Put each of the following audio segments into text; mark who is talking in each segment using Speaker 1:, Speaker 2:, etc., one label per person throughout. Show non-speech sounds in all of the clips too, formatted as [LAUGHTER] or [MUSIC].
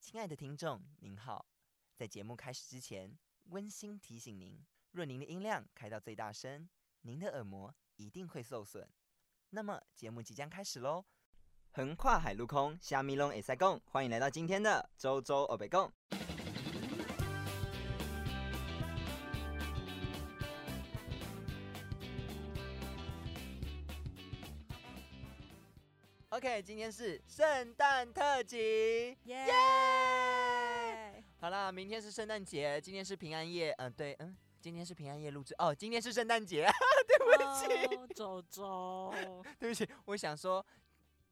Speaker 1: 亲爱的听众，您好，在节目开始之前，温馨提醒您：若您的音量开到最大声，您的耳膜一定会受损。那么，节目即将开始喽！横跨海陆空，虾米龙也塞贡，欢迎来到今天的周周欧北贡。OK，今天是圣诞特辑，
Speaker 2: 耶、
Speaker 1: 好啦，明天是圣诞节，今天是平安夜，嗯、对，嗯，今天是平安夜录制，哦，今天是圣诞节， [LAUGHS] 对
Speaker 2: 不起，周周，
Speaker 1: 对不起，我想说，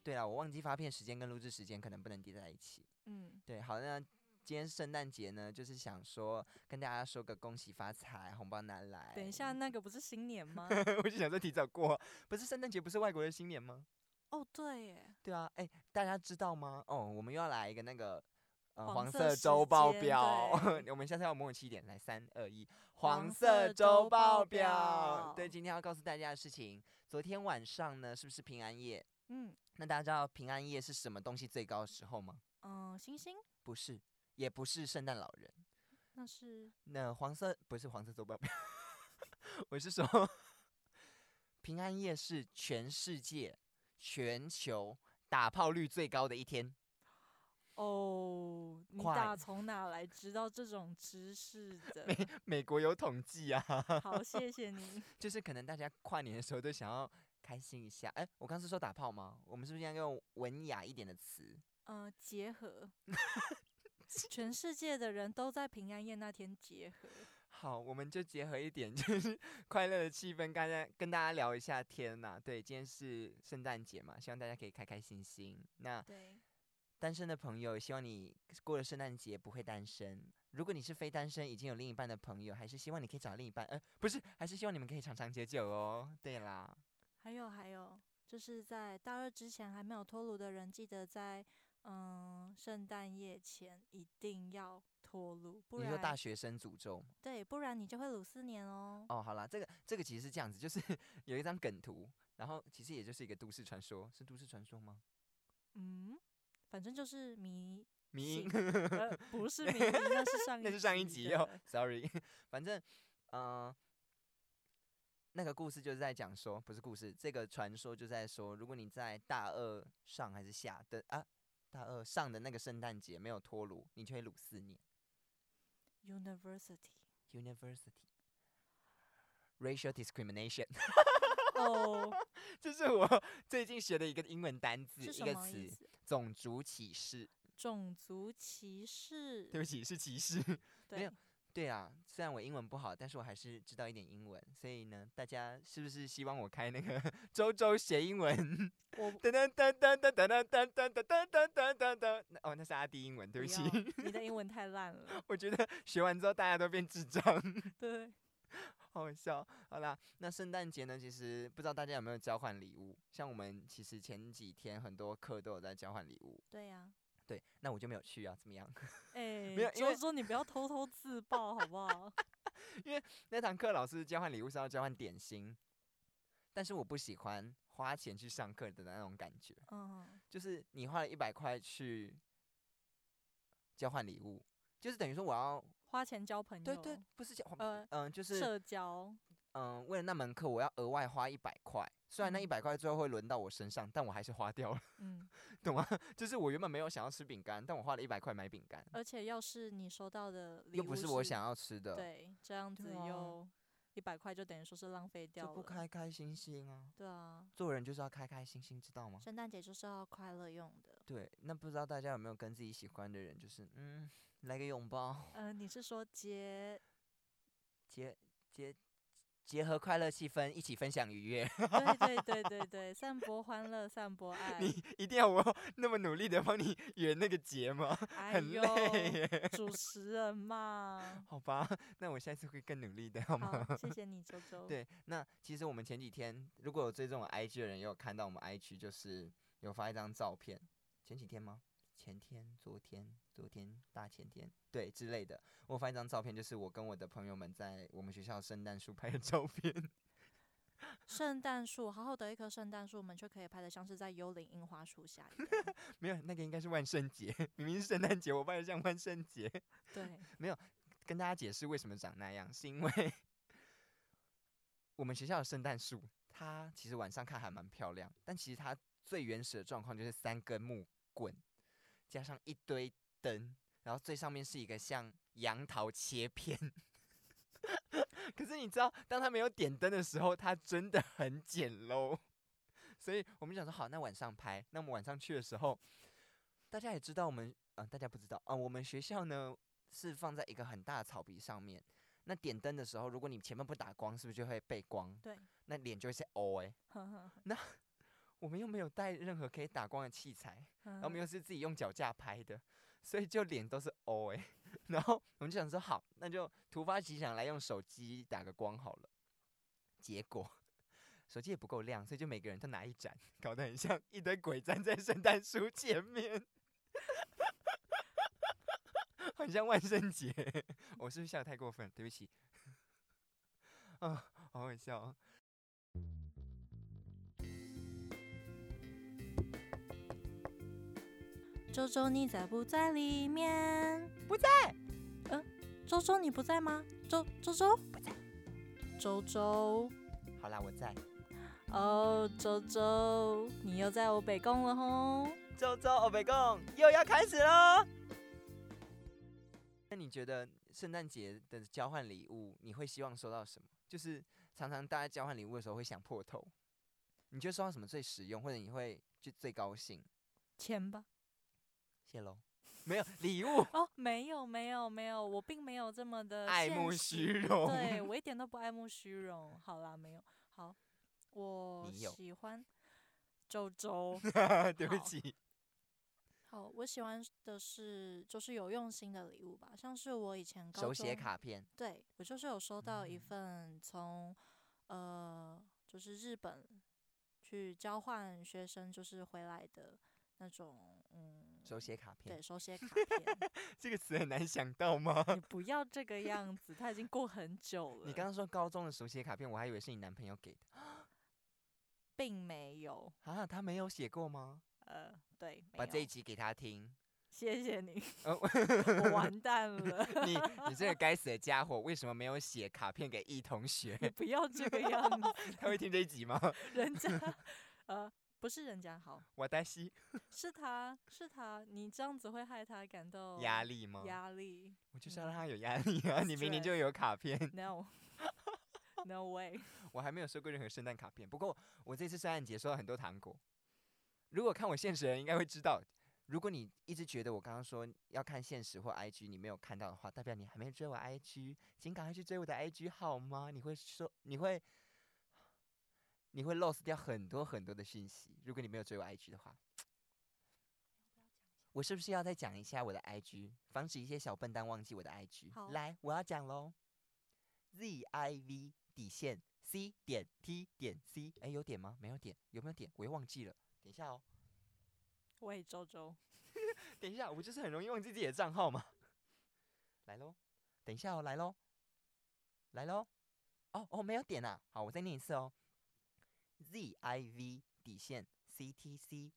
Speaker 1: 对啊，我忘记发片时间跟录制时间可能不能叠在一起。
Speaker 2: [LAUGHS] 嗯，
Speaker 1: 对，好，那今天圣诞节呢，就是想说跟大家说个恭喜发财，红包拿来。
Speaker 2: 等一下，，那个不是新年吗？
Speaker 1: [LAUGHS] 我就想说提早过，不是圣诞节不是外国的新年吗？
Speaker 2: [LAUGHS] 哦，对耶，
Speaker 1: 对啊，哎，大家知道吗？哦，我们又要来一个那个。呃，
Speaker 2: 黄
Speaker 1: 黄
Speaker 2: 色
Speaker 1: 色
Speaker 2: 时
Speaker 1: 周报
Speaker 2: 间
Speaker 1: 表，[LAUGHS]
Speaker 2: 对
Speaker 1: 我们下次要模拟七点，来三二一，
Speaker 2: 黄
Speaker 1: 黄色
Speaker 2: 色
Speaker 1: 周
Speaker 2: 周报
Speaker 1: 报表
Speaker 2: 表。
Speaker 1: 对，今天要告诉大家的事情，昨天晚上呢，是不是平安夜？
Speaker 2: 嗯
Speaker 1: 那大家知道平安夜是什么东西最高的时候吗？
Speaker 2: 嗯、呃星星
Speaker 1: 不是，也不是圣诞老人。
Speaker 2: 那是
Speaker 1: 那黄色不是黄色周报表， [LAUGHS] 我是说，平安夜是全世界、全球打炮率最高的一天。
Speaker 2: 哦，你
Speaker 1: 快
Speaker 2: 打从哪来知道这种知识 [LAUGHS] 的？
Speaker 1: 美国有统计啊， [LAUGHS]
Speaker 2: 好，谢谢你。
Speaker 1: 就是可能大家跨年的时候都想要开心一下。哎、我刚是说打炮吗？我们是不是应该用文雅一点的词？
Speaker 2: 呃，结 [LAUGHS] 合，全世界的人都在平安夜那天结合。
Speaker 1: 好，我们就结合一点， [LAUGHS] 就是快乐的气氛，大家跟大家聊一下天呐、对，今天是圣诞节嘛，希望大家可以开开心心。那
Speaker 2: 对，
Speaker 1: 单身的朋友，希望你过了圣诞节不会单身。如果你是非单身，已经有另一半的朋友，还是希望你可以找另一半，呃，不是，还是希望你们可以长长久久哦。对啦，
Speaker 2: 还有还有，就是在大二之前还没有脱乳的人，记得在嗯圣诞夜前一定要脱乳，不
Speaker 1: 你说
Speaker 2: 然
Speaker 1: 大学生诅咒吗？
Speaker 2: 对，不然你就会乳四年哦。
Speaker 1: 哦，好啦，这个这个其实是这样子，就是 [LAUGHS] 有一张梗图，然后其实也就是一个都市传说，是都市传说吗？
Speaker 2: 嗯，反正就是迷
Speaker 1: 迷因
Speaker 2: 信。呃，不是迷因，那是上
Speaker 1: [LAUGHS]
Speaker 2: 一
Speaker 1: 那是上一集哦哟
Speaker 2: 的
Speaker 1: ，sorry。反 [LAUGHS] 正，嗯、那个故事就是在讲说，不是故事，这个传说就在说，如果你在大二上还是下的啊，大二上的那个圣诞节没有脱乳，你就会乳四年。
Speaker 2: University。
Speaker 1: University [LAUGHS] racial discrimination， [LAUGHS]
Speaker 2: 哦，
Speaker 1: 这是我最近学的一个英文单字，
Speaker 2: 是
Speaker 1: 一
Speaker 2: 什
Speaker 1: 个
Speaker 2: 么意
Speaker 1: 词，
Speaker 2: 思？
Speaker 1: 种族歧视。
Speaker 2: 种族歧视
Speaker 1: 对。不起，是歧视。没
Speaker 2: 对
Speaker 1: 有对啊，虽然我英文不好，但是我还是知道一点英文，所以呢，大家是不是希望我开那个 [LAUGHS] 周周学英文？
Speaker 2: 我
Speaker 1: 噔噔噔噔噔噔噔噔噔噔噔噔噔噔，那哦，那是阿弟英文，对不起，
Speaker 2: 要，你的英文太烂
Speaker 1: [LAUGHS]
Speaker 2: 了。
Speaker 1: 我觉得学完之后大家都变智障，
Speaker 2: 对，
Speaker 1: 好好笑。好啦，那圣诞节呢，其实不知道大家有没有交换礼物，像我们其实前几天很多课都有在交换礼物，
Speaker 2: 对呀、
Speaker 1: 对，那我就没有去啊，怎么样？
Speaker 2: 哎、
Speaker 1: 没有因为
Speaker 2: 周周，你不要偷偷自爆好不好？
Speaker 1: 那堂课老师交换礼物是要交换点心，但是我不喜欢花钱去上课的那种感觉，
Speaker 2: 嗯，
Speaker 1: 就是你花了一百块去交换礼物，就是等于说我要
Speaker 2: 花钱交朋友，
Speaker 1: 对对，不是交换
Speaker 2: 呃，
Speaker 1: 嗯，就是
Speaker 2: 社交，
Speaker 1: 嗯，为了那门课我要额外花一百块，虽然那一
Speaker 2: 嗯
Speaker 1: 百块最后会轮到我身上，但我还是花掉了， [LAUGHS]
Speaker 2: 嗯，
Speaker 1: 懂吗？就是我原本没有想要吃饼干，但我花了一百块买饼干，
Speaker 2: 而且要是你收到的呃礼
Speaker 1: 又
Speaker 2: 物
Speaker 1: 不是我想要吃的，
Speaker 2: 对，这样
Speaker 1: 对
Speaker 2: 子
Speaker 1: 啊
Speaker 2: 又一百块就等于说是浪费掉
Speaker 1: 就
Speaker 2: 了，
Speaker 1: 不开开心心啊。
Speaker 2: 对啊，
Speaker 1: 做人就是要开开心心，知道吗？
Speaker 2: 圣诞节就是要快乐用的。
Speaker 1: 对，那不知道大家有没有跟自己喜欢的人，就是嗯，来个拥抱，
Speaker 2: 呃，你是说结？
Speaker 1: 结结结合快乐气氛，一起分享愉悦。
Speaker 2: [LAUGHS]
Speaker 1: [LAUGHS]
Speaker 2: 对对对对对，散播欢乐，散播爱。
Speaker 1: 你一定要我 [LAUGHS] 那么努力的帮你圆那个结吗？ [LAUGHS]
Speaker 2: 哎
Speaker 1: 很
Speaker 2: 呦，
Speaker 1: 累耶，，
Speaker 2: 主持人嘛
Speaker 1: [LAUGHS] 好吧，那我下次会更努力的，好吗？
Speaker 2: 好，谢谢你，周
Speaker 1: [LAUGHS]
Speaker 2: 周。，
Speaker 1: 对，那其实我们前几天如果有追踪我 IG 的人，也有看到我们 IG 就是有发一张照片，前几天吗？前天、昨天、昨天、大前天，对之类的，我有发一张照片，就是我跟我的朋友们在我们学校圣诞树拍的照片。
Speaker 2: 圣诞树，好好的一棵圣诞树，我们却可以拍的像是在幽灵樱花树下一样。
Speaker 1: 没有，那个应该是万圣节， [LAUGHS] 明明是圣诞节，我扮的像万圣节。 [LAUGHS]
Speaker 2: 对， [LAUGHS]
Speaker 1: 跟大家解释为什么长那样，是因为我们学校的圣诞树，它其实晚上看还蛮漂亮，但其实它最原始的状况就是三根木棍，加上一堆灯，然后最上面是一个像杨桃切片。 [LAUGHS] 可是你知道，当它没有点灯的时候，它真的很简陋。所以我们想说，好，那晚上拍。那我们晚上去的时候，大家也知道我们，呃，大家不知道啊、呃我们学校呢，是放在一个很大的草皮上面。那点灯的时候，如果你前面不打光，是不是就会背光？
Speaker 2: 对，
Speaker 1: 那脸就会是 O 哎、
Speaker 2: 呵呵呵
Speaker 1: 我们又没有带任何可以打光的器材，然后我们
Speaker 2: 嗯
Speaker 1: 又是自己用脚架拍的，所以就脸都是 O 哎、 [LAUGHS] 然后我们就想说，好，那就突发奇想来用手机打个光好了。结果手机也不够亮，所以就每个人都拿一盏，搞得很像一堆鬼站在圣诞树前面， [LAUGHS] 很像万圣节。我是不是笑得太过分？对不起。 [LAUGHS] 啊，好好笑、哦。
Speaker 2: 周周你在不在里面？不在。呃，周周你不在吗？周周周不在。周周，
Speaker 1: 好啦，我在。
Speaker 2: 哦，周周，你又在我北宫了吼。
Speaker 1: 周周欧北共又要开始喽。那你觉得圣诞节的交换礼物，你会希望收到什么？就是常常大家交换礼物的时候会想破头，你觉得收到什么最实用，或者你会就最高兴？
Speaker 2: 钱吧。，
Speaker 1: 谢喽，没有礼物
Speaker 2: 哦，没有没有没有，我并没有这么的
Speaker 1: 爱
Speaker 2: 呃现
Speaker 1: 慕
Speaker 2: 实
Speaker 1: 虚荣。啊
Speaker 2: 对我一点都不爱慕虚荣。 [LAUGHS] 好啦，没有好，我
Speaker 1: 你有
Speaker 2: 喜欢周
Speaker 1: [LAUGHS]
Speaker 2: 周。
Speaker 1: 对不
Speaker 2: 好
Speaker 1: 起，
Speaker 2: 好，我喜欢的是就是有用心的礼物吧，像是我以前高
Speaker 1: 手
Speaker 2: 中
Speaker 1: 写，卡片，
Speaker 2: 对我就是有收到一
Speaker 1: 嗯
Speaker 2: 份从、呃就是日本去交换学生就是回来的那种嗯
Speaker 1: 手写卡片
Speaker 2: 对手 [LAUGHS] 写卡片，
Speaker 1: 这个词很难想到吗？
Speaker 2: 你不要这个样子，它已经过很久了。
Speaker 1: 你刚刚说高中的手写卡片，我还以为是你男朋友给的
Speaker 2: 并没有，
Speaker 1: 啊，他没有写过吗？
Speaker 2: 呃，对，没
Speaker 1: 把这一
Speaker 2: 有
Speaker 1: 集给他听。
Speaker 2: 谢谢你，
Speaker 1: 呃
Speaker 2: [LAUGHS] 我完蛋 [LAUGHS] 了，
Speaker 1: [LAUGHS] 你你这个该死的家伙，为什么没有写卡片给易同学？ [LAUGHS]
Speaker 2: 你不要这个样子，
Speaker 1: 他会听这一集吗？ [LAUGHS]
Speaker 2: 人家，呃，不是人家好，
Speaker 1: 我担心
Speaker 2: 是他，是他，你这样子会害他感到
Speaker 1: 压力吗？
Speaker 2: 哦压力
Speaker 1: 我就是要让他有压力啊！你明年就
Speaker 2: stress
Speaker 1: 有卡片， [LAUGHS]
Speaker 2: [LAUGHS] ，no。No way！
Speaker 1: 我还没有收过任何圣诞卡片。不过我这次圣诞节收到很多糖果。如果看我现实的人应该会知道，如果你一直觉得我刚刚说要看现实或 IG 你没有看到的话，代表你还没追我 IG，请赶快去追我的 IG 好吗？你会说你会你会 lost 掉很多很多的讯息，如果你没有追我 IG 的话。我是不是要再讲一下我的 IG，防止一些小笨蛋忘记我的 IG？
Speaker 2: 好
Speaker 1: 来，我要讲喽，Z I V 底线 C 点 T 点 C，哎，有点吗？没有点，有没有点？我又忘记了，等一下哦。
Speaker 2: 喂，
Speaker 1: [LAUGHS]
Speaker 2: 周周，
Speaker 1: 等一下，我就是很容易忘记自己的账号嘛。 [LAUGHS] 来喽，等一下哦，来喽，来喽。哦哦，没有点啊。好，我再念一次哦。z i v 底线 c t c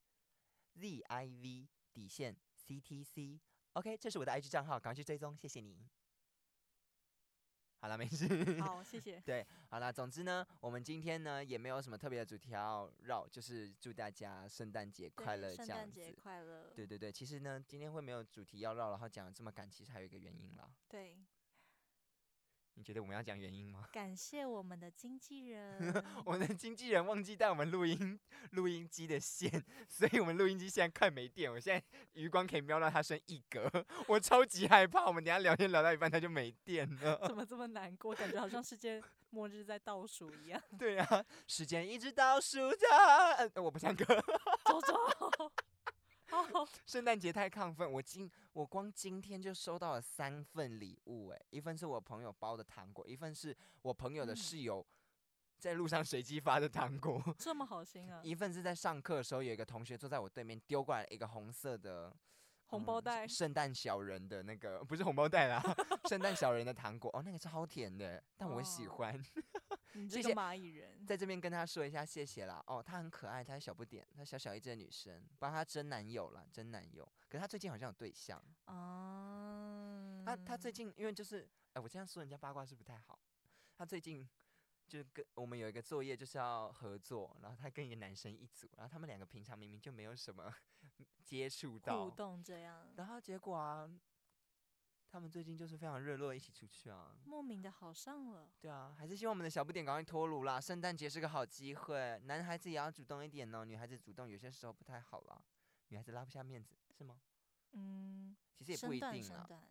Speaker 1: z i v 底线 c t c。OK，这是我的 IG 账号，赶快去追踪，谢谢你。好了，没事。
Speaker 2: 好，谢谢。
Speaker 1: [LAUGHS] 好啦，总之呢，我们今天呢也没有什么特别的主题要绕，就是祝大家圣诞节
Speaker 2: 对
Speaker 1: 快乐，这
Speaker 2: 圣
Speaker 1: 样
Speaker 2: 诞
Speaker 1: 子
Speaker 2: 节。快乐。
Speaker 1: 对对对，其实呢，今天会没有主题要绕，然后讲得这么赶，其实还有一个原因啦。
Speaker 2: 对，
Speaker 1: 你觉得我们要讲原因吗？ [LAUGHS]
Speaker 2: 感谢我们的经纪人。
Speaker 1: 我们的经纪人忘记带我们录音录音机的线， [LAUGHS] 所以我们录音机现在快没电。我现在余光可以瞄到它剩一格， [LAUGHS] 我超级害怕。我们等一下聊天聊到一半，它就没电了。[LAUGHS]
Speaker 2: [LAUGHS] 怎么这么难过？感觉好像世界末日在倒数一 [LAUGHS] 样。
Speaker 1: 对啊，时间一直倒数着。呃，我不唱歌。
Speaker 2: 周周，哦，
Speaker 1: 圣诞节太亢奋，我今我光今天就收到了三份礼物、诶，一份是我朋友包的糖果，一份是我朋友的
Speaker 2: 嗯
Speaker 1: 室友在路上随机发的糖果，
Speaker 2: 这么好心啊！
Speaker 1: 一份是在上课的时候有一个同学坐在我对面丢过来一个红色的
Speaker 2: 红包
Speaker 1: 嗯
Speaker 2: 袋
Speaker 1: 圣诞小人的那个
Speaker 2: [LAUGHS]
Speaker 1: 不是红包袋啦，圣诞小人的糖果哦，那个超甜的，但我喜
Speaker 2: 哦
Speaker 1: 欢。 [LAUGHS]
Speaker 2: 你
Speaker 1: 谢
Speaker 2: 这个
Speaker 1: 谢
Speaker 2: 蚂蚁人，
Speaker 1: 在这边跟她说一下谢谢啦。哦，她很可爱，她是小不点，她小小一只的女生，帮她真男友啦，真男友。可是她最近好像有对象，
Speaker 2: 啊，
Speaker 1: 她她最近因为就是，哎、我这样说人家八卦是不太好。她最近就跟我们有一个作业就是要合作，然后她跟一个男生一组，然后他们两个平常明明就没有什么 [LAUGHS] 接触到
Speaker 2: 互，动这样，
Speaker 1: 然后结果啊，他们最近就是非常热络，一起出去啊。
Speaker 2: 莫名的好上了。
Speaker 1: 对啊，还是希望我们的小不点赶快脱乳啦！圣诞节是个好机会，男孩子也要主动一点哦，女孩子主动有些时候不太好啦，女孩子拉不下面子是吗？
Speaker 2: 嗯，
Speaker 1: 其实也不
Speaker 2: 身
Speaker 1: 一
Speaker 2: 段
Speaker 1: 定
Speaker 2: 身
Speaker 1: 啦。
Speaker 2: 段，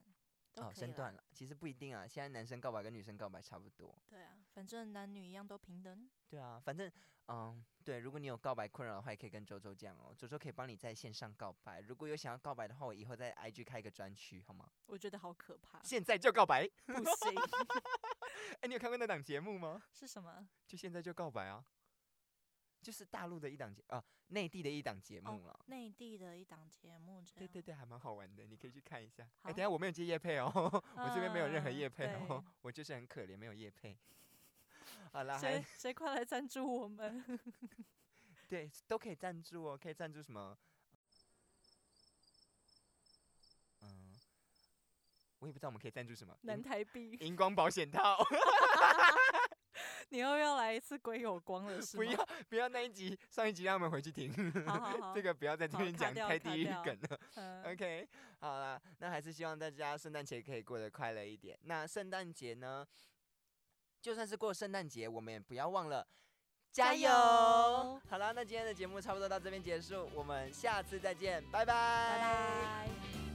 Speaker 2: 都
Speaker 1: 哦，
Speaker 2: 可以
Speaker 1: 身
Speaker 2: 啦
Speaker 1: 段了，其实不一定啊。现在男生告白跟女生告白差不多。
Speaker 2: 对啊，反正男女一样都平等。
Speaker 1: 对啊，反正嗯，对，如果你有告白困扰的话，也可以跟周周讲哦，周周可以帮你在线上告白。如果有想要告白的话，我以后在 IG 开一个专区好吗？
Speaker 2: 我觉得好可怕，
Speaker 1: 现在就告白。
Speaker 2: 不
Speaker 1: [LAUGHS]
Speaker 2: [LAUGHS] 行
Speaker 1: 哎、你有看过那档节目吗？
Speaker 2: 是什么？
Speaker 1: 就现在就告白啊，就是大陆的一档节啊，内地的一档节目了。
Speaker 2: 内地的一档节目这样。
Speaker 1: 对对对，还蛮好玩的，你可以去看一下。哎、
Speaker 2: 啊好
Speaker 1: 等一下我没有接叶配哦， [LAUGHS] 我这边没有任何
Speaker 2: 嗯
Speaker 1: 叶配哦
Speaker 2: 对，
Speaker 1: 我就是很可怜，没有叶配。 [LAUGHS] 好啦，还
Speaker 2: 谁谁快来赞助
Speaker 1: [LAUGHS]
Speaker 2: 我们？
Speaker 1: 对，都可以赞助哦，可以赞助什么？嗯，我也不知道我们可以赞助什么。
Speaker 2: 南
Speaker 1: 荧
Speaker 2: 台币， [LAUGHS]
Speaker 1: 荧光保险套， [LAUGHS]
Speaker 2: 你又要来一次鬼有光
Speaker 1: [LAUGHS]
Speaker 2: 了是
Speaker 1: 不
Speaker 2: 吗？ [LAUGHS]
Speaker 1: 要不要那一集，上一集让我们回去听，
Speaker 2: 好好
Speaker 1: [LAUGHS]
Speaker 2: 好，
Speaker 1: 这个不要在这
Speaker 2: 好
Speaker 1: 边
Speaker 2: 卡
Speaker 1: 讲
Speaker 2: 掉
Speaker 1: 太
Speaker 2: 卡
Speaker 1: 地狱
Speaker 2: 掉
Speaker 1: 梗了。
Speaker 2: 嗯
Speaker 1: OK，好啦，那还是希望大家圣诞节可以过得快乐一点。那圣诞节呢，就算是过圣诞节，我们也不要忘了加
Speaker 2: 加
Speaker 1: 油。
Speaker 2: 油
Speaker 1: 好啦，那今天的节目差不多到这边结束，我们下次再见，拜拜
Speaker 2: 拜拜。